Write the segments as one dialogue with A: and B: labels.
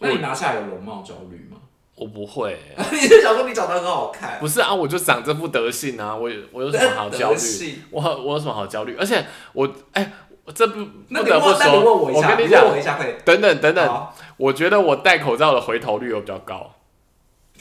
A: 那你拿下来有容貌焦虑吗？
B: 我不会欸、
A: 你就想说你长得很好看，
B: 不是啊，我就长这副德性啊，我有我有什么好焦
A: 德
B: 虑？
A: 性
B: 我我有什么好焦虑？而且我哎、我这不
A: 那
B: 不
A: 你
B: 得
A: 问，
B: 不
A: 那你
B: 说，
A: 问我一
B: 我
A: 下，
B: 跟你
A: 问
B: 讲
A: 我，一下可以。
B: 等等等等，
A: 好，
B: 我觉得我戴口罩的回头率有比较高，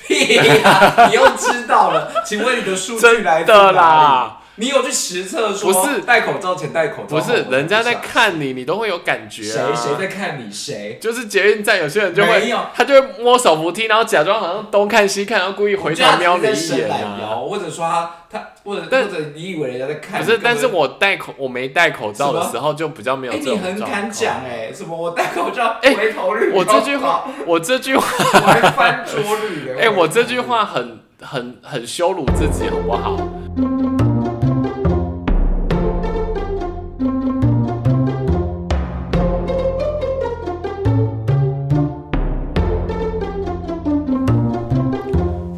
A: 屁呀！你又知道了，请问你的数据
B: 真
A: 来自哪
B: 的
A: 里？
B: 啦，
A: 你有去实测说
B: 不是
A: 戴口罩前戴口罩
B: 不
A: 后？
B: 是人家在
A: 我
B: 看你，你都会有感
A: 不
B: 觉
A: 知道谁
B: 啊。
A: 谁在看你谁？
B: 就是捷运站，有些人就
A: 没
B: 会
A: 有，
B: 他就会摸手扶梯，然后假装好像东看西看，然后故意回头瞄你一眼啊。
A: 哦或者说他他或者
B: 但
A: 或者你以为人家在看
B: 不
A: 你，
B: 是，但是
A: 根本
B: 我戴口我没戴口罩
A: 什
B: 的
A: 么
B: 时候就比较没有
A: 哎，
B: 这
A: 你
B: 种
A: 很
B: 状
A: 敢
B: 况。
A: 讲哎，什么我戴口罩
B: 哎
A: 回头率
B: 我
A: 高
B: 这句话，我这句话，
A: 我还翻桌率
B: 哎、我这句话很很很羞辱自己，好不好？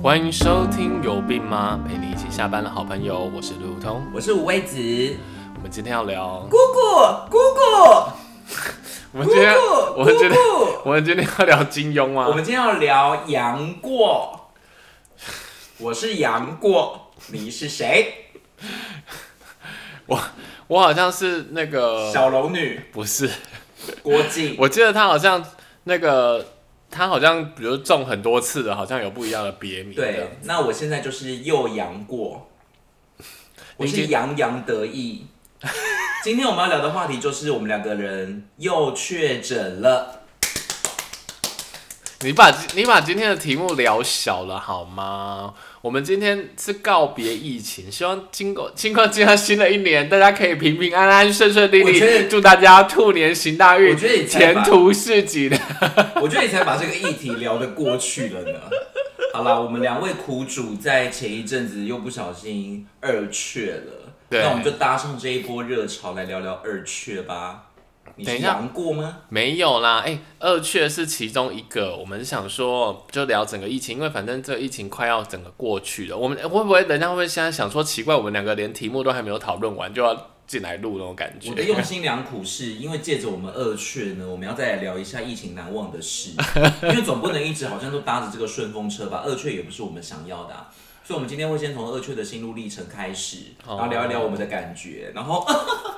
B: 欢迎收听《有病吗》，陪你一起下班的好朋友，我是路通。
A: 我是五味子
B: 我们今天要聊，
A: 姑姑姑姑
B: 我们今天，
A: 姑
B: 我们今天，
A: 姑，
B: 我们今天要聊金庸
A: 我
B: 吗？
A: 们今天要聊杨过，我是杨过，你是谁？
B: 我好像是那个，
A: 小龙女
B: 不是，
A: 郭靖，
B: 我记得他好像那个，他好像比如中很多次的，好像有不一样的别名。
A: 对，，那我现在就是又杨过，我
B: 你已
A: 是
B: 经
A: 洋洋得 意。今天我们要聊的话题就是我们两个人又确诊了，
B: 你把你把今天的题目聊小了好吗？我们今天是告别疫情，希望经过经过这样新的一年，大家可以平平安安、顺顺利
A: 我觉得
B: 利，祝大家兔年行大
A: 我
B: 运
A: 觉得你，才把
B: 前途似锦。
A: 我觉得你才把这个议题聊得过去了呢。好啦，我们两位苦主在前一阵子又不小心二确了，
B: 对
A: 那我们就搭上这一波热潮来聊聊二确吧。你是
B: 等一下
A: 杨过吗？
B: 没有啦，哎、二确是其中一个。我们想说，就聊整个疫情，因为反正这个疫情快要整个过去了。我们会不会人家会不会现在想说，奇怪，我们两个连题目都还没有讨论完，就要进来录那种感觉
A: 我？的用心良苦是因为借着我们二确呢，我们要再来聊一下疫情难忘的 事，因为总不能一直好像都搭着这个顺风车吧，二确也不是我们想要的啊、所以，我们今天会先从二确的心路历程开始，
B: 哦
A: 然后聊一聊我们的感觉，然后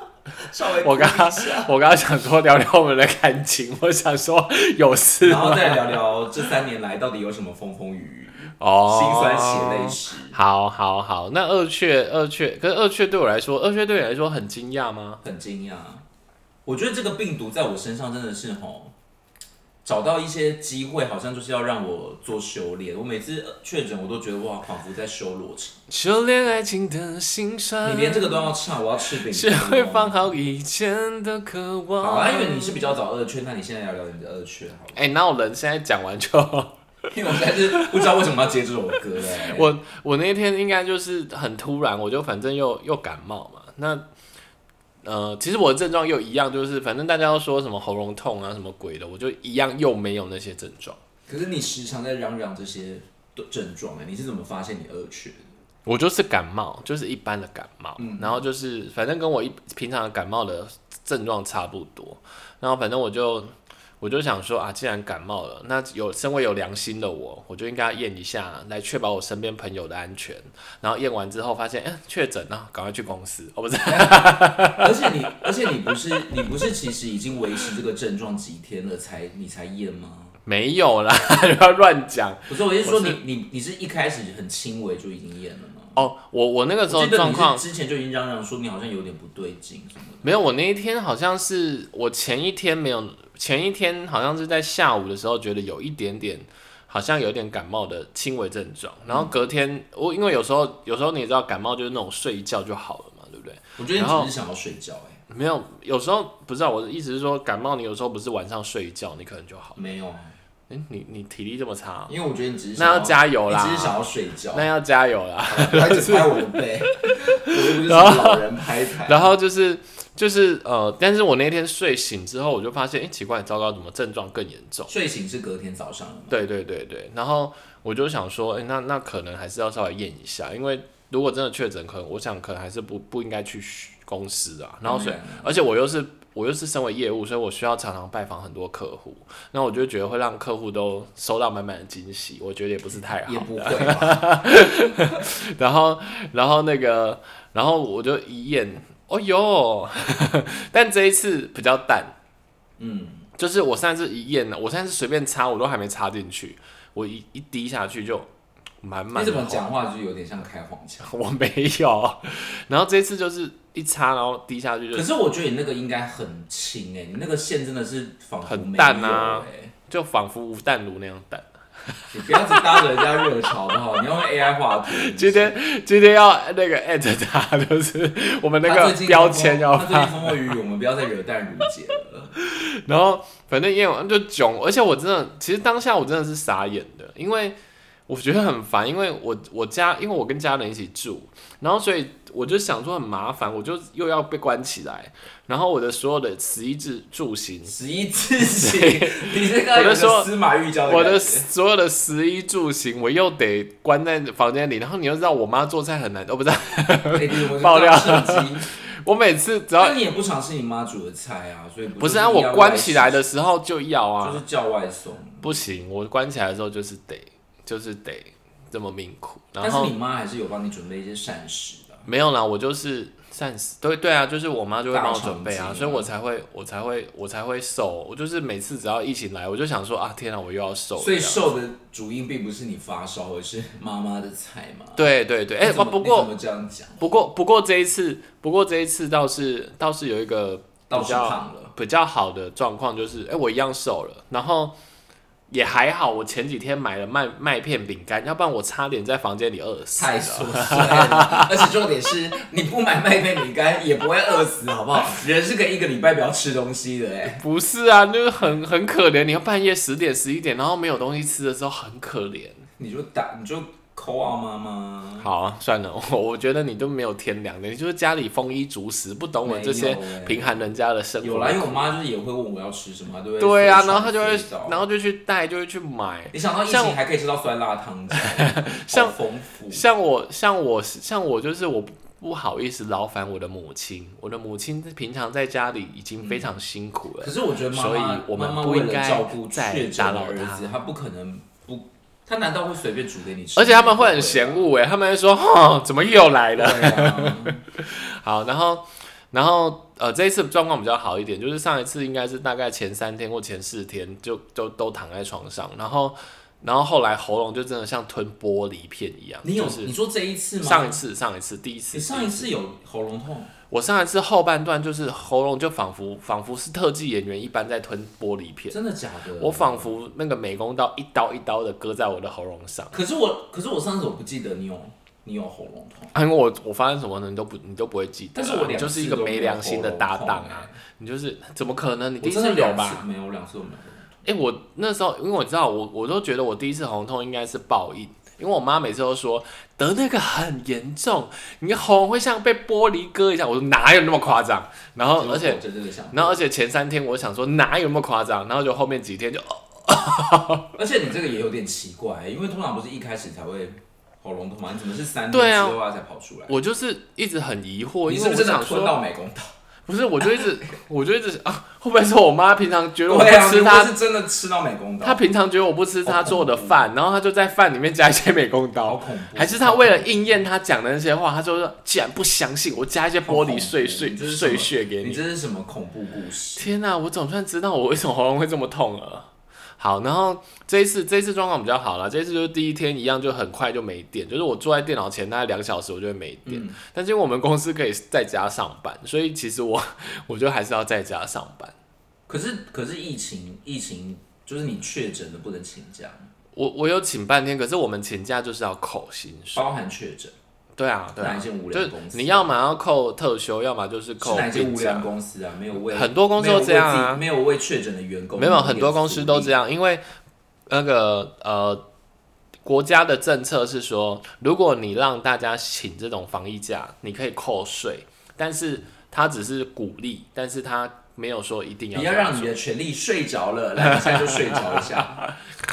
A: 稍微
B: 我刚
A: 哭一
B: 刚
A: 下
B: 我刚刚想说聊聊我们的感情， 我想说有 事
A: 然后
B: 吗？
A: 再聊聊这三年来到底有什么风风雨雨、
B: 哦，
A: 辛酸血泪。史。
B: 好好好，那二雀二雀，可是二雀对我来说，二雀对你来说很惊讶吗？
A: 很惊讶。我觉得这个病毒在我身上真的是吼，找到一些机会，好像就是要让我做修炼。我每次呃确诊，我都觉得哇，仿佛在修罗场。
B: 修炼爱情的心酸，
A: 你连这个都要唱，我要吃饼
B: 学
A: 干哦。
B: 会放好以前的渴望。
A: 好啊，因为你是比较早二圈，那你现在聊聊你的二圈 好了。
B: 哎、哪有人现在讲完就？
A: 因为我实在是不知道为什么要接这首歌哎、
B: 我我那天应该就是很突然，我就反正又又感冒嘛。那呃，其实我的症状又一样，就是反正大家都说什么喉咙痛啊什么鬼的，我就一样又没有那些症状。
A: 可是你时常在嚷嚷这些症状哎、你是怎么发现你二圈？
B: 我就是感冒，就是一般的感冒，然后就是反正跟我一平常的感冒的症状差不多，然后反正我就我就想说啊，既然感冒了，那有身为有良心的我，我就应该验一下，来确保我身边朋友的安全。然后验完之后发现，哎、确诊了，赶快去公司。哦，不是，
A: 而且你，而且你不是你不是其实已经维持这个症状几天了才你才验吗？
B: 没有啦， 不要乱讲。
A: 不是，我是说
B: 我
A: 你
B: 是
A: 你你是一开始很轻微就已经验了吗？
B: 哦，我我那个时
A: 我
B: 候
A: 记得
B: 状
A: 你
B: 况
A: 是之前就已经嚷嚷说你好像有点不对劲什么的。
B: 没有，我那一天好像是我前一天没有，前一天好像是在下午的时候觉得有一点点，好像有点感冒的轻微症状，然后隔天我因为有时候有时候你知道感冒就是那种睡一觉就好了嘛，对不对？
A: 我觉得你
B: 然后
A: 只是想要睡觉哎、
B: 没有，有时候不知道我的意思是说感冒你有时候不是晚上睡一觉你可能就好，
A: 没有，啊
B: 哎，你你体力这么差哦，
A: 因为我觉得你只是
B: 那
A: 想
B: 要加油啦
A: 你只是想要睡觉，
B: 那要加 油啦。
A: 他一直拍我的 背，我又不是什么老人拍台。
B: 然后就是就是呃，但是我那天睡醒之后我就发现，哎，奇怪，糟糕，怎么症状更严重？
A: 睡醒是隔天早上了嘛？
B: 对对对对，然后我就想说，哎、那那可能还是要稍微验一下，因为如果真的确诊，可能我想可能还是不不应该去嘘公司啊。然后所以，
A: 当然了
B: 而且我又是我又是身为业务，所以我需要常常拜访很多客户，那我就觉得会让客户都收到满满的惊喜，我觉得也不是太好
A: 也不
B: 的。
A: 会吧，
B: 然后，然后那个，然后我就一验，哦哟， 但这一次比较淡，
A: 嗯，
B: 就是我上次一验呢，我现在是随便插，我都还没插进去，我一一滴下去就满满。
A: 你怎么？讲话就有点像开黄腔？
B: 我没有。然后这一次就是一插，然后滴下去就
A: 可是我觉得你那个应该很轻哎、你那个线真的是仿佛
B: 很
A: 没有
B: 淡啊
A: 哎、
B: 就仿佛无弹如那样弹。
A: 你不要只搭着人家热潮好不好？你要用 AI 画图。
B: 今天今天要那个艾特他，就是我们那
A: 他
B: 个
A: 最近
B: 标签要
A: 他最近风风雨雨，我们不要再惹淡如姐了。
B: 然后反正夜晚就囧，而且我真的，其实当下我真的是傻眼的，因为我觉得很烦，因为我我家，因为我跟家人一起住，然后所以我就想说很麻烦，我就又要被关起来，然后我的所有的食衣住住行，
A: 十一字形，你这个
B: 我
A: 有
B: 就
A: 个
B: 说
A: 司马玉娇
B: 我
A: 感觉
B: 的所有的食衣住行，我又得关在房间里，然后你又知道我妈做菜很难，哦，不是，
A: 哎你怎么
B: 爆料
A: 这么 刺激
B: 我每次只要
A: 但你也不常吃你妈煮的菜啊，所以
B: 不是
A: 就
B: 啊，
A: 要
B: 我关起来
A: 外
B: 的时候就要
A: 送，
B: 啊
A: 就，是叫外送。
B: 不行，我关起来的时候就是得，就是得这么命苦，然
A: 但是
B: 后
A: 你。妈还是有帮你准备一些膳食的，啊
B: 没有啦，我就是膳食，对对啊，就是我妈就会帮我准备
A: 大
B: 啊，
A: 肠经
B: 所以我才会我才会我才会瘦。我就是每次只要疫情来，我就想说啊，天啊，我又要瘦了。
A: 所以瘦的主因并不是你发烧，而是 妈妈的菜嘛。
B: 对对对，哎、
A: 你怎么
B: 不
A: 你
B: 过
A: 怎么这样讲？
B: 不过不过这一次，不过这一次倒是倒是有一个
A: 倒
B: 比
A: 是
B: 较啊
A: 胖了，
B: 比较好的状况，就是哎、我一样瘦了，然后也还好。我前几天买了麦麦片饼干，要不然我差点在房间里饿死啊
A: 太
B: 了。
A: 琐碎了，而且重点是你不买麦片饼干也不会饿死，好不 好？人是可以一个礼拜不要吃东西的哎、
B: 不是啊，就是很很可怜。你要半夜十点、十一点，然后没有东西吃的时候，很可怜。
A: 你就打你就扣啊妈妈，
B: 好、啊，算了，我我觉得你都没有天良的，你就是家里丰衣足食，不懂我这些
A: 没有欸
B: 贫寒人家的生活。
A: 有啦，因为我妈就是也会问我要吃什么，对不对？
B: 对啊，
A: 所以
B: 然后他就会
A: 所以找，
B: 然后就去带，就会去买。
A: 你想到疫
B: 像我
A: 情还可以吃到酸辣汤饺，
B: 像
A: 好丰富，
B: 像我，像我，像我，就是我不好意思劳烦我的母亲，我的母亲平常在家里已经非常辛苦了
A: 可。是我觉得妈
B: 所以
A: 妈，
B: 我们
A: 妈妈
B: 不
A: 为
B: 应该
A: 了照顾
B: 再
A: 确诊
B: 打
A: 的
B: 扰
A: 儿
B: 她
A: 子，她不可能不，她难道会随便煮给你吃？
B: 而且他们会很
A: 对
B: 嫌恶哎，他们会说：“哦，怎么又来了？”
A: 啊。
B: 好，然后，然后呃，这一次状况比较好一点，就是上一次应该是大概前三天或前四天就就都躺在床上，然后，然后后来喉咙就真的像吞玻璃片一样，
A: 你有
B: 就是
A: 你说这一次吗？
B: 上一次上一次第一次，
A: 你上一次有喉咙痛，
B: 我上一次后半段就是喉咙就仿佛仿佛是特技演员一般在吞玻璃片，
A: 真的假的？
B: 我仿佛那个美工刀一刀一刀的割在我的喉咙上。
A: 可是我可是我上次我不记得你有你有喉咙痛，
B: 啊，因为我我发生什么呢，你都不你都不会记得啊，
A: 但是我
B: 你
A: 两
B: 就是一
A: 次
B: 个
A: 都
B: 没
A: 有
B: 良心的
A: 喉
B: 搭
A: 咙
B: 档
A: 痛
B: 啊
A: 欸！！
B: 你就是怎么可能？你第
A: 我
B: 一
A: 真的
B: 次有
A: 两
B: 吧？
A: 次没有，两次都没有。
B: 哎、我那时候因为我知道我我都觉得我第一次喉咙痛应该是报应，因为我妈每次都说得那个很严重，你的喉咙会像被玻璃割一下。我说哪有那么夸张？然后而且
A: 真的想，
B: 然后而且前三天我想说哪有那么夸张，然后就后面几天就、哦
A: 而且你这个也有点奇怪，因为通常不是一开始才会喉咙痛吗？你怎么是三
B: 对
A: 天
B: 啊
A: 之后啊才跑出来？
B: 我就是一直很疑惑，
A: 你
B: 因
A: 是
B: 为
A: 不是
B: 我
A: 真
B: 想
A: 的吞
B: 说
A: 到美工刀？
B: 不是，我就一直我就一直啊，会不会是我妈平常觉得我不
A: 对啊，
B: 吃
A: 你
B: 她
A: 不是真的吃到美工刀？
B: 她平常觉得我不吃她做的饭，然后她就在饭里面加一些美工刀
A: 好，恐怖，
B: 还是他为了应验他讲的那些话，他就说：“既然不相信，我加一些玻璃碎碎
A: 欸你这是什么
B: 碎屑给
A: 你
B: 你。
A: 这是什么恐怖故”事？
B: 天哪、我总算知道我为什么喉咙会这么痛了。好，然后这一次这一次状况比较好了，这一次就是第一天一样就很快就没电，就是我坐在电脑前大概两小时我就会没电，
A: 嗯
B: 但是因为我们公司可以在家上班，所以其实我我就还是要在家上班。
A: 可是可是疫情疫情就是你确诊的不能请假，
B: 我我有请半天，可是我们请假就是要扣薪水。
A: 包含确诊，
B: 对啊，对
A: 哪
B: 啊
A: 一，些无
B: 就
A: 良
B: 是
A: 公司？
B: 你要么要扣特休，要么就是
A: 是
B: 扣
A: 哪一些
B: 病
A: 无
B: 假
A: 良。公司啊？没有为
B: 很多公司都这样啊
A: 没有为自己没有为确诊的员工，
B: 没有，很多公司都这
A: 样。
B: 样，因为那个呃，国家的政策是说，如果你让大家请这种防疫假，你可以扣税，但是它只是鼓励，但是它没有说一定要
A: 你
B: 这
A: 要
B: 样
A: 让
B: 做
A: 你的权利睡着了，来，你现在就睡着一下，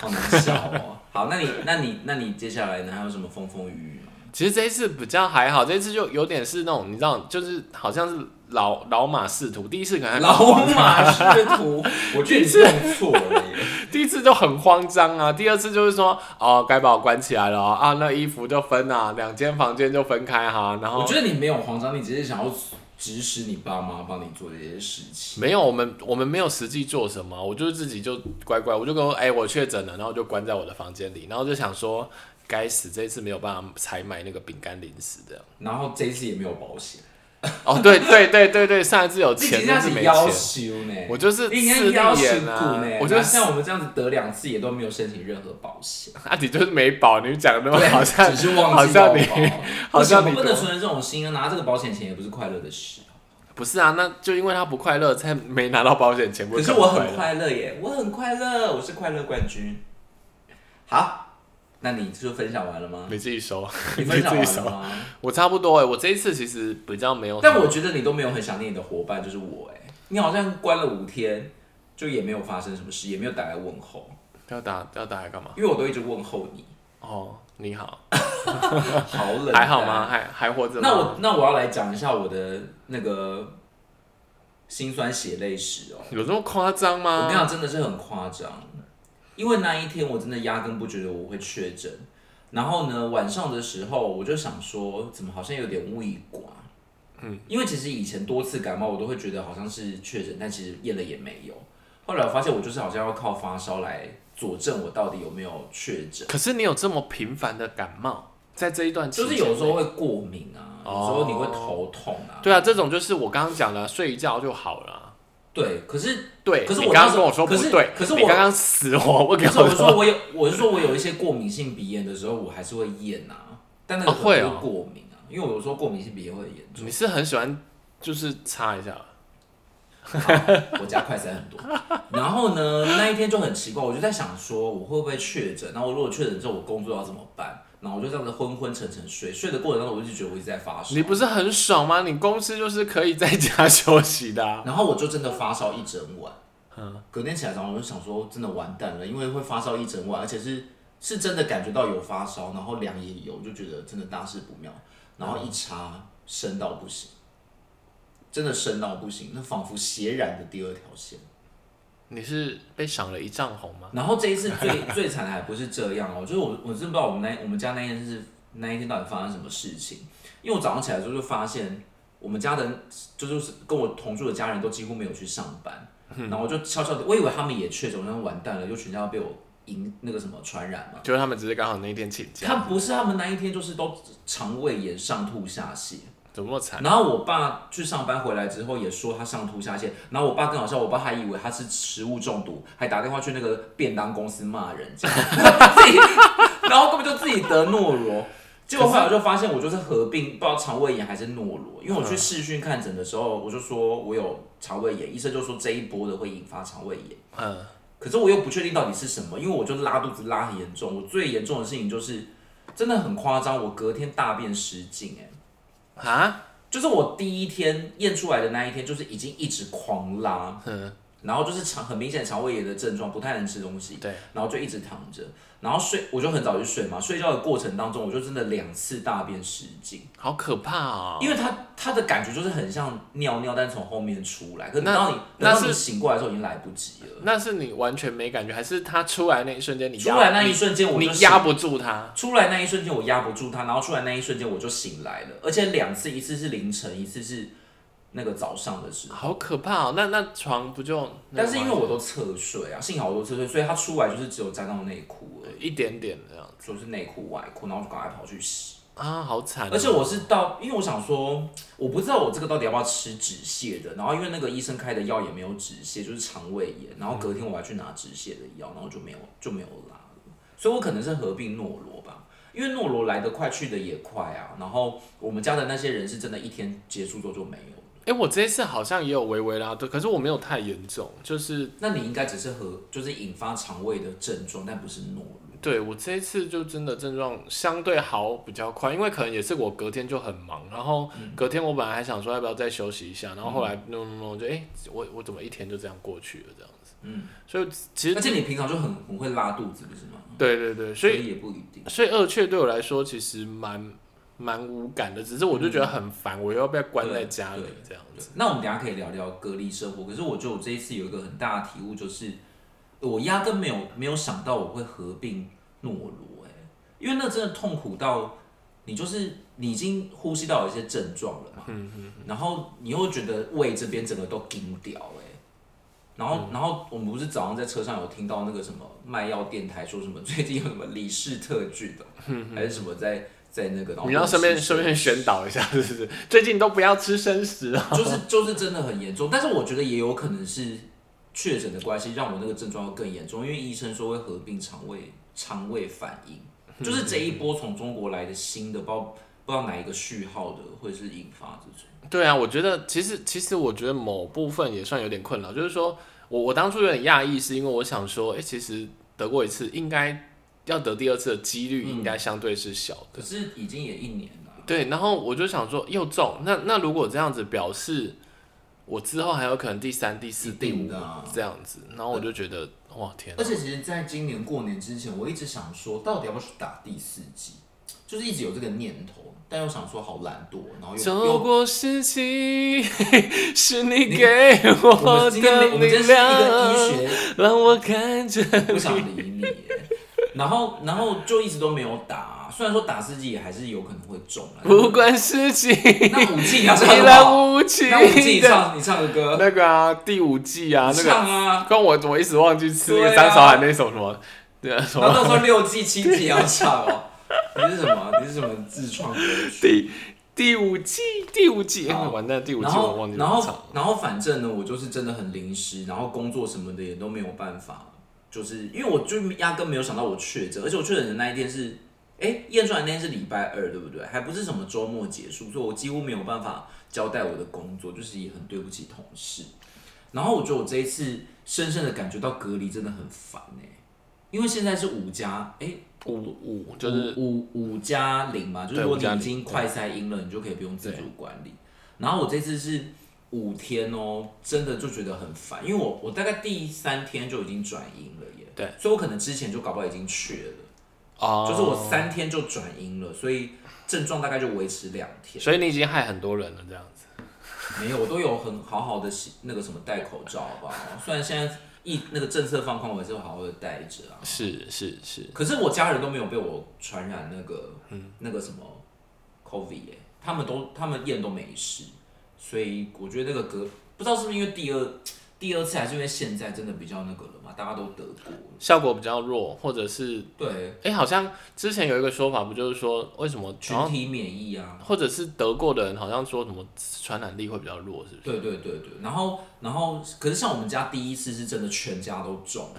A: 好难笑哦。好，那你那你那你接下来呢？还有什 么风风雨雨吗？
B: 其实这一次比较还好，这一次就有点是那种你知道，就是好像是老老马仕途，第一次可能还
A: 老马仕途，我觉得你用错了耶。
B: 第一次就很慌张啊，第二次就是说哦，该把我关起来了哦啊，那衣服就分啊，两间房间就分开哈、然
A: 我
B: 后
A: 觉得你没有慌张，你只是想要指使你爸妈帮你做这些事情。
B: 没有我们我们没有实际做什么，我就自己就乖乖，我就跟我哎、我确诊了，然后就关在我的房间里，然后就想说该死，这一次没有办法采买那个饼干零食这样。
A: 然后这一次也没有保险，
B: 哦， 对对对对对，上一次有
A: 你
B: 钱，
A: 今
B: 但
A: 天
B: 是没
A: 是
B: 钱。
A: 要求呢，
B: 我就是
A: 你
B: 势
A: 应
B: 利
A: 该要求
B: 眼
A: 苦
B: 啊
A: 呢。
B: 我就是
A: 那像我们这样子得两次也都没有申请任何保险，
B: 啊，你就是没保，你讲那么好像
A: 啊只是忘记
B: 好像你
A: 要 保
B: 好像
A: 不
B: 你
A: 行我不能
B: 多
A: 存着这种心啊，拿这个保险钱也不是快乐的事。
B: 不是啊，那就因为他不快乐，才没拿到保险钱，不
A: 可是
B: 更
A: 我
B: 快乐
A: 很快乐耶，我很快乐，我是快乐冠军。好，那你就分享完了吗？
B: 你自己收，
A: 你
B: 自
A: 分享
B: 己
A: 完了
B: 收。
A: 吗？
B: 我差不多哎，我这一次其实比较没有什么，
A: 但我觉得你都没有很想念你的伙伴，就是我哎，你好像关了五天，就也没有发生什么事，也没有打来问候，
B: 要打要打来干嘛？
A: 因为我都一直问候你，
B: 哦，你好，
A: 好冷，
B: 还好吗？？还还活着吗？
A: 那我那我要来讲一下我的那个心酸血泪史哦。
B: 有这么夸张
A: 我跟你
B: 吗？
A: 讲，真的是很夸张，因为那一天我真的压根不觉得我会确诊。然后呢，晚上的时候我就想说，怎么好像有点无以寡。嗯，因为其实以前多次感冒，我都会觉得好像是确诊，但其实验了也没有。后来我发现，我就是好像要靠发烧来佐证我到底有没有确诊，
B: 可是你有这么频繁的感冒，在这一段期
A: 就
B: 间
A: 是有时候会过敏啊，有时候你会头痛啊。
B: 对啊，这种就是我刚刚讲的，睡一觉就好了啊。
A: 对，可是
B: 对，
A: 可是
B: 你
A: 我
B: 刚
A: 那
B: 刚
A: 时
B: 跟
A: 候
B: 我说不
A: 可是
B: 对，
A: 可是
B: 你
A: 我
B: 刚刚死我，我
A: 可
B: 跟
A: 是我
B: 我
A: 说我有，我是说我有一些过敏性鼻炎的时候，我还是会咽啊，但那个
B: 啊会
A: 可
B: 哦
A: 能就是过敏啊，因为我有时候过敏性鼻炎会很严重
B: 你。是很喜欢就是擦一下，
A: 好我家快塞很多，然后呢，那一天就很奇怪，我就在想说我会不会确诊，然后我如果确诊之后我工作要怎么办？然后我就这样子昏昏沉沉睡，睡的过程当中我就觉得我一直在发烧
B: 你，不是很爽吗？你公司就是可以在家休息的啊、
A: 然后我就真的发烧一整晚，隔天起来早上我就想说真的完蛋了，因为会发烧一整晚，而且是是真的感觉到有发烧，然后量也有，就觉得真的大事不妙，然后一查升到不行，真的升到不行，那仿佛血染的第二条线。
B: 你是被赏了一丈红吗？
A: 然后这一次最最惨的还不是这样哦，就是我我真不知道我们那我们家那天是那一天到底发生什么事情，因为我早上起来的时候就发现我们家人就是跟我同住的家人都几乎没有去上班，然后我就悄悄的，我以为他们也确诊，我想完蛋了，就全家要被我引那个什么传染嘛。
B: 就是他们只是刚好那一天请假，
A: 他不是他们那一天就是都肠胃炎上吐下泻，
B: 怎么那么惨？
A: 然后我爸去上班回来之后也说他上吐下泻，然后我爸更好笑，我爸还以为他是食物中毒，还打电话去那个便当公司骂人，这样自己，然后根本就自己得诺罗。结果后来我就发现我就是合并，不知道肠胃炎还是诺罗，因为我去视讯看诊的时候，我就说我有肠胃炎，医生就说这一波的会引发肠胃炎。
B: 嗯，
A: 可是我又不确定到底是什么，因为我就拉肚子拉很严重。我最严重的事情就是真的很夸张，我隔天大便失禁、哎。
B: 啊，
A: 就是我第一天验出来的那一天，就是已经一直狂拉，
B: 嗯，
A: 然后就是肠很明显肠胃炎的症状，不太能吃东西，
B: 对，
A: 然后就一直躺着，然后睡，我就很早就睡嘛，睡觉的过程当中，我就真的两次大便失禁，
B: 好可怕哦！
A: 因为它它的感觉就是很像尿尿，但从后面出来，可是等
B: 那
A: 到你
B: 那
A: 等
B: 是
A: 到你醒过来的时候已经来不及了，
B: 那是你完全没感觉，还是他出来那一瞬间你压
A: 出来那一瞬间我
B: 你
A: 就
B: 你
A: 醒
B: 压不住他？
A: 出来那一瞬间我压不住它，然后出来那一瞬间我就醒来了，而且两次，一次是凌晨，一次是那个早上的时候。
B: 好可怕哦！那那床不就？
A: 但是因为我都侧睡啊，幸好我都侧睡，所以它出来就是只有沾到内裤而已，
B: 一点点这样
A: 就是内裤外裤，然后就赶快跑去洗。
B: 啊，好惨哦！
A: 而且我是到，因为我想说，我不知道我这个到底要不要吃止泻的，然后因为那个医生开的药也没有止泻，就是肠胃炎，然后隔天我还去拿止泻的药，然后就没有就没有拉了，所以我可能是合并诺罗吧。因为诺罗来得快，去得也快啊。然后我们家的那些人是真的一天结束之后就没有了。
B: 哎、我这一次好像也有微微拉肚，可是我没有太严重，就是
A: 那你应该只是和就是引发肠胃的症状，但不是诺罗。
B: 对我这一次就真的症状相对好比较快，因为可能也是我隔天就很忙，然后
A: 嗯
B: 隔天我本来还想说要不要再休息一下，然后后来 no no no 就哎、我我怎么一天就这样过去了这样子，嗯，所以其
A: 而
B: 实
A: 且你平常就很很会拉肚子，不是吗？
B: 对对对，所以
A: 也不一定。
B: 所以二雀对我来说其实蛮蛮无感的，只是我就觉得很烦，我又被关在家里
A: 对对
B: 这样子。
A: 那我们等一下可以聊聊隔离生活。可是我觉得我这一次有一个很大的体悟，就是呃我压根没有没有想到我会合并诺罗、欸，因为那真的痛苦到你就是你已经呼吸道有一些症状了嘛，
B: 嗯
A: 然后你又觉得胃这边整个都紧掉、欸，然后，
B: 嗯
A: 然后我们不是早上在车上有听到那个什么卖药电台说什么最近有什么李氏特剧的，还是什么在在那个，然后
B: 嗯你要顺便
A: 哦是
B: 顺便宣导一下，是不是？ 最近都不要吃生食 啊。
A: 就是就是真的很严重，但是我觉得也有可能是确诊的关系，让我那个症状会更严重，因为医生说会合并肠胃肠胃反应，
B: 嗯
A: 就是这一波从中国来的新的，不知道不知道哪一个序号的，会是引发这种。
B: 对啊，我觉得其实其实我觉得某部分也算有点困扰，就是说我我当初有点讶异，是因为我想说，哎、其实得过一次，应该要得第二次的几率应该
A: 嗯
B: 相对是小的。
A: 可是已经也一年了，啊
B: 对，然后我就想说又中，那那如果这样子表示，我之后还有可能第三、第四、
A: 一
B: 第
A: 定
B: 五
A: 的啊
B: 这样子，然后我就觉得哇天哪
A: 而，且其实在今年过年之前，我一直想说，到底要不要去打第四剂，就是一直有这个念头，但又想说好懒惰，然后又
B: 走
A: 又。
B: 过时期，是你给
A: 我
B: 我
A: 们今天
B: 的
A: 没我们今天是
B: 力
A: 一个医
B: 量，
A: 学
B: 让我看着
A: 不想理你耶。然后，然后就一直都没有打，啊虽然说打四剂也还是有可能会中啊。
B: 不管 世纪，依
A: 那五剂你要 唱什
B: 然
A: 么？
B: 无情
A: 那五剂你
B: 的。
A: 唱你唱个歌，
B: 那个啊，第五季啊，那个
A: 唱 啊。
B: 跟我我一直忘记吃那
A: 对
B: 个
A: 啊
B: 张韶涵那首什么，对啊，什
A: 然后
B: 么
A: 到时候六剂七剂也要唱哦。你是什么？你是什么自创歌曲？
B: 第第五季第五季，哎
A: 好
B: 完蛋，第五
A: 然
B: 季我忘
A: 后，
B: 记怎
A: 然
B: 么唱了
A: 后，。然后，反正呢，我就是真的很临时，然后工作什么的也都没有办法，就是因为我就压根没有想到我确诊，而且我确诊的那一天是，哎，验出来那天是礼拜二，对不对？还不是什么周末结束，所以我几乎没有办法交代我的工作，就是也很对不起同事。然后我觉得我这一次深深的感觉到隔离真的很烦哎、因为现在是五加哎
B: 五五就是
A: 五五五加零嘛，就是
B: 对
A: 如果
B: 五
A: 你
B: 加
A: 已
B: 零
A: 经快塞阴了，你就可以不用自主管理。然后我这次是五天哦，真的就觉得很烦，因为我我大概第三天就已经转阴了耶，
B: 对，
A: 所以我可能之前就搞不好已经确了，
B: 哦，
A: 就是我，三天就转阴了，所以症状大概就维持两天，
B: 所以你已经害很多人了，这样子。
A: 没有，我都有很好好的那个什么戴口罩，好不好？虽然现在疫那个政策放宽，我还是好好的戴着啊。
B: 是是是，
A: 可是我家人都没有被我传染那个、那个什么 COVID，、欸、他们都他们验都没事，所以我觉得那个隔不知道是不是因为第二第二次还是因为现在真的比较那个了嘛，大家都得过了。
B: 效果比较弱，或者是
A: 对，
B: 哎、好像之前有一个说法，不就是说为什么
A: 群
B: 然后
A: 体免疫啊，
B: 或者是得过的人好像说什么传染力会比较弱，是不是？
A: 对对对对。然后然后，可是像我们家第一次是真的全家都中，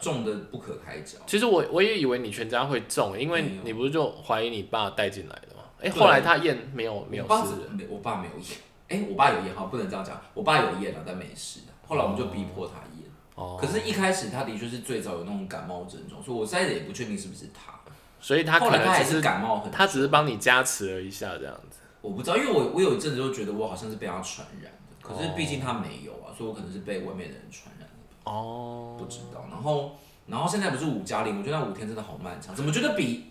A: 中的不可开交。
B: 其实我我也以为你全家会中，因为
A: 没有
B: 你不是就怀疑你爸带进来的吗？哎、
A: 对
B: 后来他验没有没有
A: 我爸
B: 事，
A: 没，我爸没有验。哎、我爸有验，好，不能这样讲。我爸有验了，但没事。啊后来我们就逼迫他验。
B: 哦
A: 可是，一开始他的确是最早有那种感冒症状，所以我现在也不确定是不是他。
B: 所以他
A: 后
B: 可
A: 来他
B: 能
A: 还
B: 只
A: 是感冒很，
B: 他只是帮你加持了一下这样子。
A: 我不知道，因为我我有一阵子就觉得我好像是被他传染的，可是毕竟他没有啊，所以我可能是被外面的人传染的，
B: 哦，
A: 不知道。然后然后现在不是五加零，我觉得那五天真的好漫长，怎么觉得比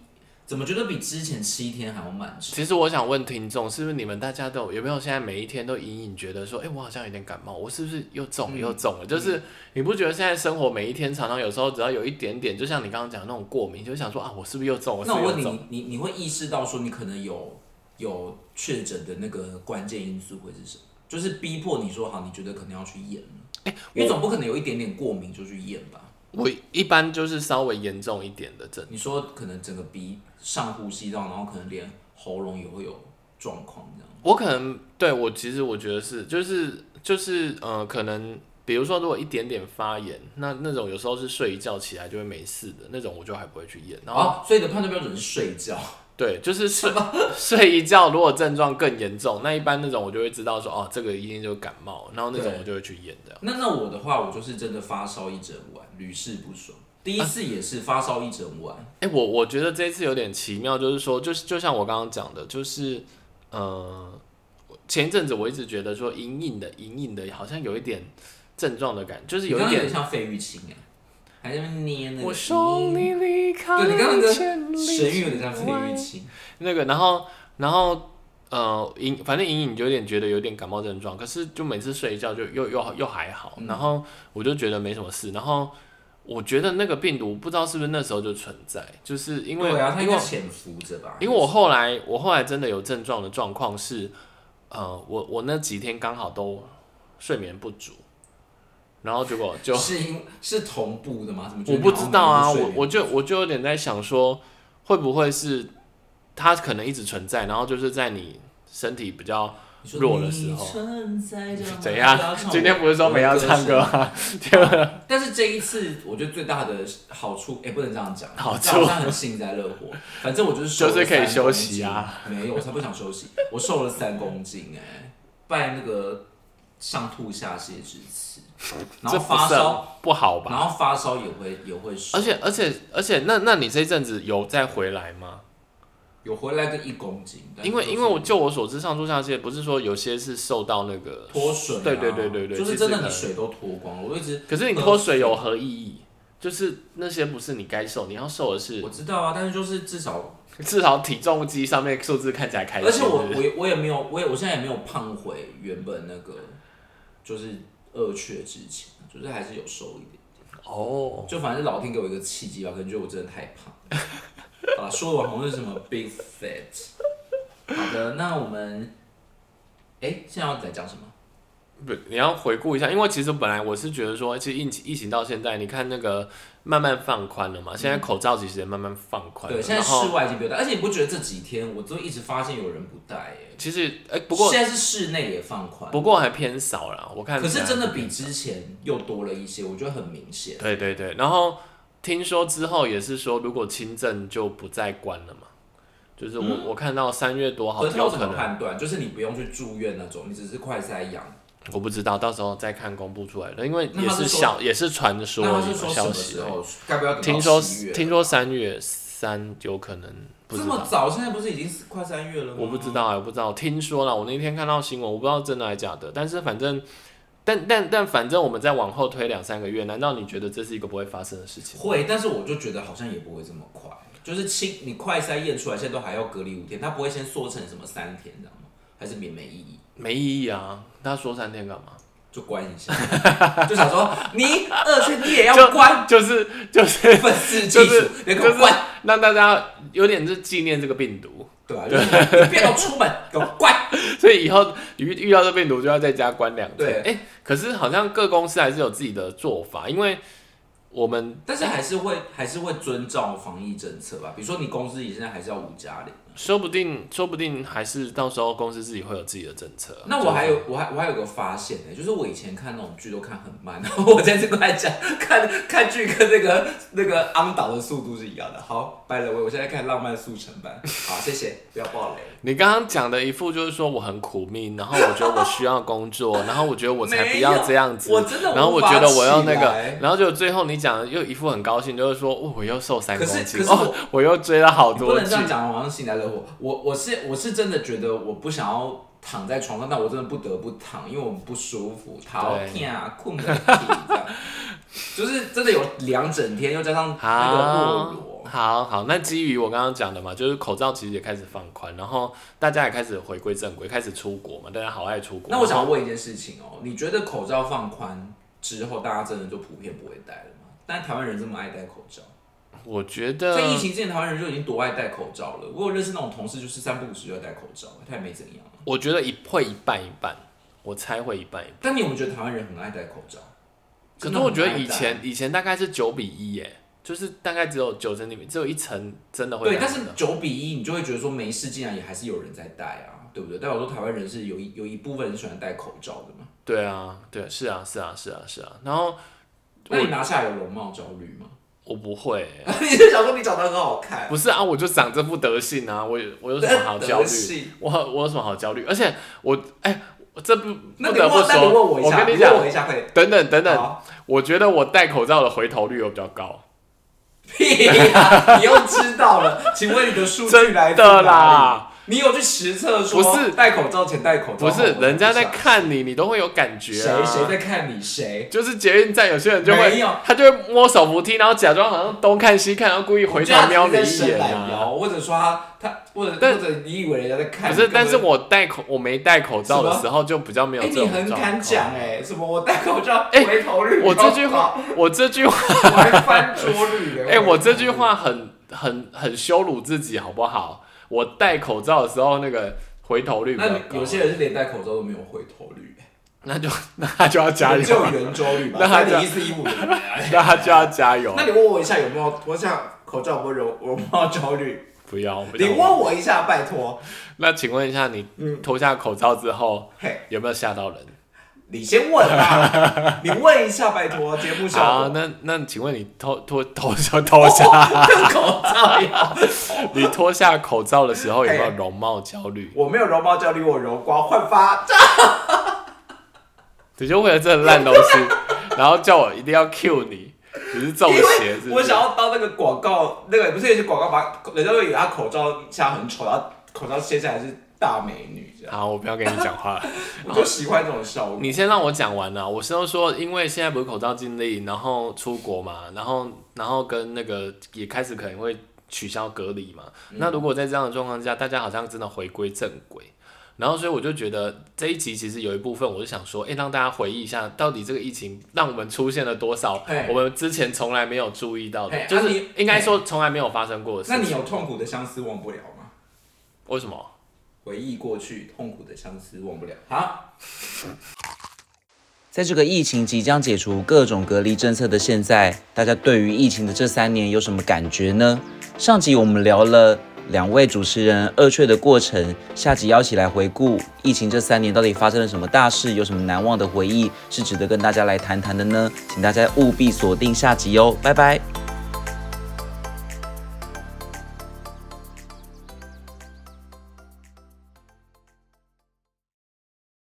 A: 怎么觉得比之前七天还要漫长？
B: 其实我想问听众，是不是你们大家都有没有现在每一天都隐隐觉得说，哎、我好像有点感冒，我是不是又
A: 嗯
B: 中了又中了？就是你不觉得现在生活每一天常常有时候只要有一点点，就像你刚刚讲的那种过敏，就想说啊，我是不是又中？我是
A: 那
B: 不是
A: 我
B: 又
A: 问
B: 中？
A: 你，你你会意识到说你可能有有确诊的那个关键因素会是什么？就是逼迫你说好，你觉得可能要去验了，
B: 哎
A: 因为总不可能有一点点过敏就去验吧？
B: 我一般就是稍微严重一点的症，
A: 你说可能整个鼻上呼吸道，然后可能连喉咙也会有状况这样。
B: 我可能对我其实我觉得是，就是就是呃，可能比如说如果一点点发炎，那那种有时候是睡一觉起来就会没事的那种，我就还不会去验。然后、
A: 啊，所以你的判断标准是睡觉。
B: 对，就是睡 睡一觉，如果症状更严重，那一般那种我就会知道说哦，这个一定就是感冒，然后那种
A: 对
B: 我就会去验的。
A: 那那我的话，我就是真的发烧一整晚，屡试不爽。第
B: 啊
A: 一次也是发烧一整晚，
B: 哎、我我觉得这一次有点奇妙，就是说，就是就像我刚刚讲的，就是呃，前一阵子我一直觉得说隐隐的隐隐的，好像有一点症状的感觉，就是
A: 你
B: 有
A: 刚刚
B: 一
A: 有
B: 点
A: 点。像费玉清哎，还在那边捏那个。
B: 我送你离开
A: 对你刚刚的
B: 千里
A: 神韵有点
B: 之
A: 像费
B: 外
A: 玉清，
B: 那个，然后然后呃，隐反正隐隐有点觉得有点感冒症状，可是就每次睡一觉就又又又还好，
A: 嗯
B: 然后我就觉得没什么事，然后我觉得那个病毒不知道是不是那时候就存在，就是因为
A: 对啊，他
B: 因
A: 应
B: 为
A: 该潜伏着吧？
B: 因为我后来我后来真的有症状的状况是，呃，我我那几天刚好都睡眠不足，然后结果就
A: 是因是同步的吗？怎么觉
B: 我
A: 得
B: 不知道
A: 你
B: 啊，
A: 好像
B: 我
A: 没有睡
B: 我就我就有点在想说，会不会是它可能一直存在，然后就是在你身体比较
A: 你说
B: 弱的时候
A: 你存在着吗
B: 怎样
A: 不要唱？我
B: 今天不是说没要唱歌 吗？
A: 但是这一次，我觉得最大的好处，哎、不能这样讲，
B: 好处
A: 这好像很幸灾乐祸。反正我就是瘦了
B: 就是可以
A: 3
B: 休息啊
A: 公斤，没有，我才不想休息，我瘦了三公斤、哎，拜那个上吐下泻之赐，然后
B: 这不
A: 发烧，
B: 算不好吧？
A: 然后发烧也会也会瘦
B: 而，且而且而且，那那你这阵子有再回来吗？
A: 有回来个一公斤，但是
B: 因为
A: 就是
B: 因为我就我所知，上吐下泻不是说有些是受到那个
A: 脱水、啊，
B: 对对对对对，
A: 就
B: 其
A: 是
B: 实
A: 真的
B: 可
A: 你
B: 能
A: 水呃都脱光了，我一直
B: 可是你脱水有何意义？就是那些不是你该受，你要受的是
A: 我知道啊，但是就是至少
B: 至少体重机上面数字看起来开心。
A: 而且我
B: 是不是
A: 我也我也没有，我也我现在也没有胖回原本那个，就是二缺之前，就是还是有瘦一点。
B: 哦，
A: 就反正老天给我一个契机吧，可能觉得我真的太胖了。好了，说完好像是什么 big fat。好的，那我们，哎、现在要来讲什么？
B: 不，你要回顾一下，因为其实本来我是觉得说，其实疫情疫情到现在，你看那个慢慢放宽了嘛，现在口罩其实也慢慢放宽了，
A: 对，现在
B: 然后
A: 室外已经不用戴，而且你不觉得这几天我都一直发现有人不戴耶、
B: 其实哎、不过
A: 现在是室内也放宽，
B: 不过还偏少啦，我看
A: 可是
B: 起来
A: 真的比之前又多了一些，我觉得很明显。
B: 对对对，然后听说之后也是说，如果轻症就不再关了嘛，就是我、我看到三月多好
A: 嗯可是
B: 像
A: 要
B: 哦有
A: 怎
B: 可
A: 么
B: 能，
A: 判断？就是你不用去住院那种，你只是快塞阳。
B: 我不知道，到时候再看公布出来的，因为
A: 那
B: 也
A: 他是
B: 是
A: 说
B: 小也是传说
A: 那
B: 而
A: 他是
B: 已嘛
A: 说什
B: 消
A: 么
B: 息
A: 时
B: 而已，
A: 候？该不要等
B: 听
A: 到
B: 说
A: 十月？
B: 听说三月三有可能不
A: 这
B: 知
A: 么
B: 道。
A: 早，现在不是已经是快三月了吗？
B: 我不知道哎、我不知道，听说了。我那天看到新闻，我不知道真的还假的。但是反正，但但但反正，我们再往后推两三个月，难道你觉得这是一个不会发生的事情？
A: 会，但是我就觉得好像也不会这么快，就是清你快筛验出来，现在都还要隔离五天，他不会先缩成什么三天，这样吗？还是也没意义？
B: 没意义啊！他说三天干嘛？
A: 就关一下，就想说你二圈你也
B: 就
A: 要关，
B: 就是就是
A: 愤世嫉
B: 就是
A: 俗，你给
B: 就
A: 我
B: 是
A: 关，
B: 让大家有点是纪念这个病毒，
A: 对吧、就是你不要出门，给我关。
B: 所以以后遇遇到这病毒就要在家关两天。
A: 对
B: 哎、可是好像各公司还是有自己的做法，因为我们
A: 但是还是会还是会遵照防疫政策吧，比如说你公司现在还是要五加零。
B: 说不定说不定还是到时候公司自己会有自己的政策。
A: 那我还有我还我还有个发现呢、就是我以前看那种剧都看很慢，然后我这次过来讲 看看剧跟那个那个昂导的速度是一样的。好，拜了我我现在看《浪漫速成班》，好，谢谢，不要爆雷。
B: 你刚刚讲的一副就是说我很苦命，然后我觉得我需要工作， 然后我觉得我才不
A: 没
B: 要
A: 有
B: 这样子，
A: 我真的
B: 然后
A: 无
B: 我
A: 法
B: 觉得我要那
A: 起
B: 个
A: 来，
B: 然后就最后你讲的又一副很高兴，就是说哦我又瘦三
A: 可
B: 公
A: 是
B: 斤，
A: 可是
B: 哦我又追了好
A: 你不
B: 多
A: 能
B: 剧
A: 这，样讲，我好像幸灾乐祸。我我是我是真的觉得我不想要躺在床上，但我真的不得不躺，因为我们不舒服，头
B: 对
A: 痛啊，困不着，就是真的有两整天，又加上那个
B: 好
A: 落罗。
B: 好好，那基于我刚刚讲的嘛，就是口罩其实也开始放宽，然后大家也开始回归正轨，开始出国嘛，大家好爱出国。
A: 那我想要问一件事情哦，你觉得口罩放宽之后，大家真的就普遍不会戴了吗？但台湾人这么爱戴口罩，
B: 我觉
A: 在疫
B: 得
A: 情之前，台湾人就已经多爱戴口罩了。我有认识那种同事，就是三不五时就要戴口罩，他也没怎样。
B: 我觉得一会一半一半，我猜会一半一半。
A: 但你有没有觉得台湾人很爱戴口罩？
B: 可
A: 真
B: 是
A: 的
B: 我
A: 很
B: 觉得
A: 爱
B: 以
A: 戴啊
B: 前以前大概是九比一耶，就是大概只有九层里面只有一层真的会
A: 对，
B: 戴
A: 但
B: 口
A: 是
B: 罩
A: 九比一，你就会觉得说没事，竟然也还是有人在戴啊，对不对？代表说台湾人是有一有一部分人喜欢戴口罩的嘛。
B: 对啊，对，是啊，是啊，是啊，是啊。然后
A: 那你拿下来有容貌焦虑吗？
B: 我不会耶，
A: 你是想说你长得很好看，
B: 不是啊，我就长这副德性啊，我有我有什么好焦
A: 德
B: 虑？
A: 性
B: 我我有什么好焦虑？而且我哎、我这不
A: 那
B: 不
A: 你
B: 得
A: 问，
B: 不
A: 那你
B: 说，
A: 问我一下，
B: 跟你
A: 问
B: 讲
A: 我，一下，快点。
B: 等等等等，
A: 好
B: 我觉得我戴口罩的回头率有比较高。
A: 屁呀！你又知道了，请问你的数据来
B: 真
A: 自
B: 的
A: 哪里？
B: 啦，
A: 你有去实测说
B: 不是
A: 戴口罩前戴口罩
B: 不
A: 后，
B: 是人家在
A: 我不想
B: 看你，你都会有感觉啊。
A: 谁谁在看你谁。
B: 就是捷运站，有些人就
A: 没
B: 会
A: 有，
B: 他就会摸手扶梯，然后假装好像东看西看，然后故意回
A: 我觉得
B: 头
A: 他
B: 瞄
A: 只
B: 你
A: 是
B: 一
A: 在伸
B: 眼
A: 懒
B: 啊。
A: 腰，或者说他他或者
B: 但
A: 或者你以为人家在看你，
B: 不是，但是
A: 根本
B: 我戴口我没戴口罩的
A: 什么
B: 时候就比较没有
A: 哎，
B: 这
A: 你
B: 种
A: 很
B: 状
A: 敢
B: 况。
A: 讲哎，什么我戴口罩
B: 哎
A: 回头率
B: 我
A: 高
B: 这句话，我这句 话，
A: 我还翻桌率
B: 哎、我这句话很很很羞辱自己，好不好？我戴口罩的时候，那个回头率比较
A: 那
B: 高啊
A: 有些人是连戴口罩都没有回头率，
B: 那就 那他就要加
A: 只有
B: 油，
A: 圆周率吧，
B: 那他
A: 那
B: 就
A: 你一四一五 零。
B: 那他就要加油
A: 那。你问我一下有没有脱下口罩有没有容容貌焦虑？
B: 不要，我不
A: 你
B: 想
A: 问我一下，拜托。
B: 那请问一下，你脱下口罩之后
A: 嘿，
B: 有没有吓到人？
A: 你先问 吧，你问一下，拜托，节目效果。，
B: 啊那那请问你脱脱脱下脱下
A: 跟哦口罩 哎一样，
B: 你脱下口罩的时候有没有
A: 嘿
B: 容貌焦虑？
A: 我没有容貌焦虑，我容光焕发。
B: 你就为了这烂东西，然后叫我一定要 Q 你，你是中
A: 因
B: 邪
A: 为
B: 是不
A: 我
B: 是
A: 想？要当那个广告，那个不是有些广告把人家会以为他口罩下很丑，然后口罩卸下来是大美女这样，
B: 好，我不要跟你讲话了。
A: 我就喜欢这种效果。
B: 你先让我讲完啊啦。我是要说，因为现在不是口罩禁令，然后出国嘛，然后然后跟那个也开始可能会取消隔离嘛。
A: 嗯
B: 那如果在这样的状况下，大家好像真的回归正轨。然后，所以我就觉得这一集其实有一部分，我是想说，诶，让大家回忆一下，到底这个疫情让我们出现了多少
A: 嘿
B: 我们之前从来没有注意到的，
A: 嘿
B: 就
A: 啊
B: 是
A: 你
B: 应该说从来没有发生过的事
A: 那你
B: 情。
A: 有痛苦的相思忘不了吗？
B: 为什么？
A: 回忆过去，痛苦的相思忘不了。好，在这个疫情即将解除各种隔离政策的现在，大家对于疫情的这三年有什么感觉呢？上集我们聊了两位主持人二雀的过程，下集邀请来回顾疫情这三年到底发生了什么大事，有什么难忘的回忆是值得跟大家来谈谈的呢？请大家务必锁定下集哦，拜拜。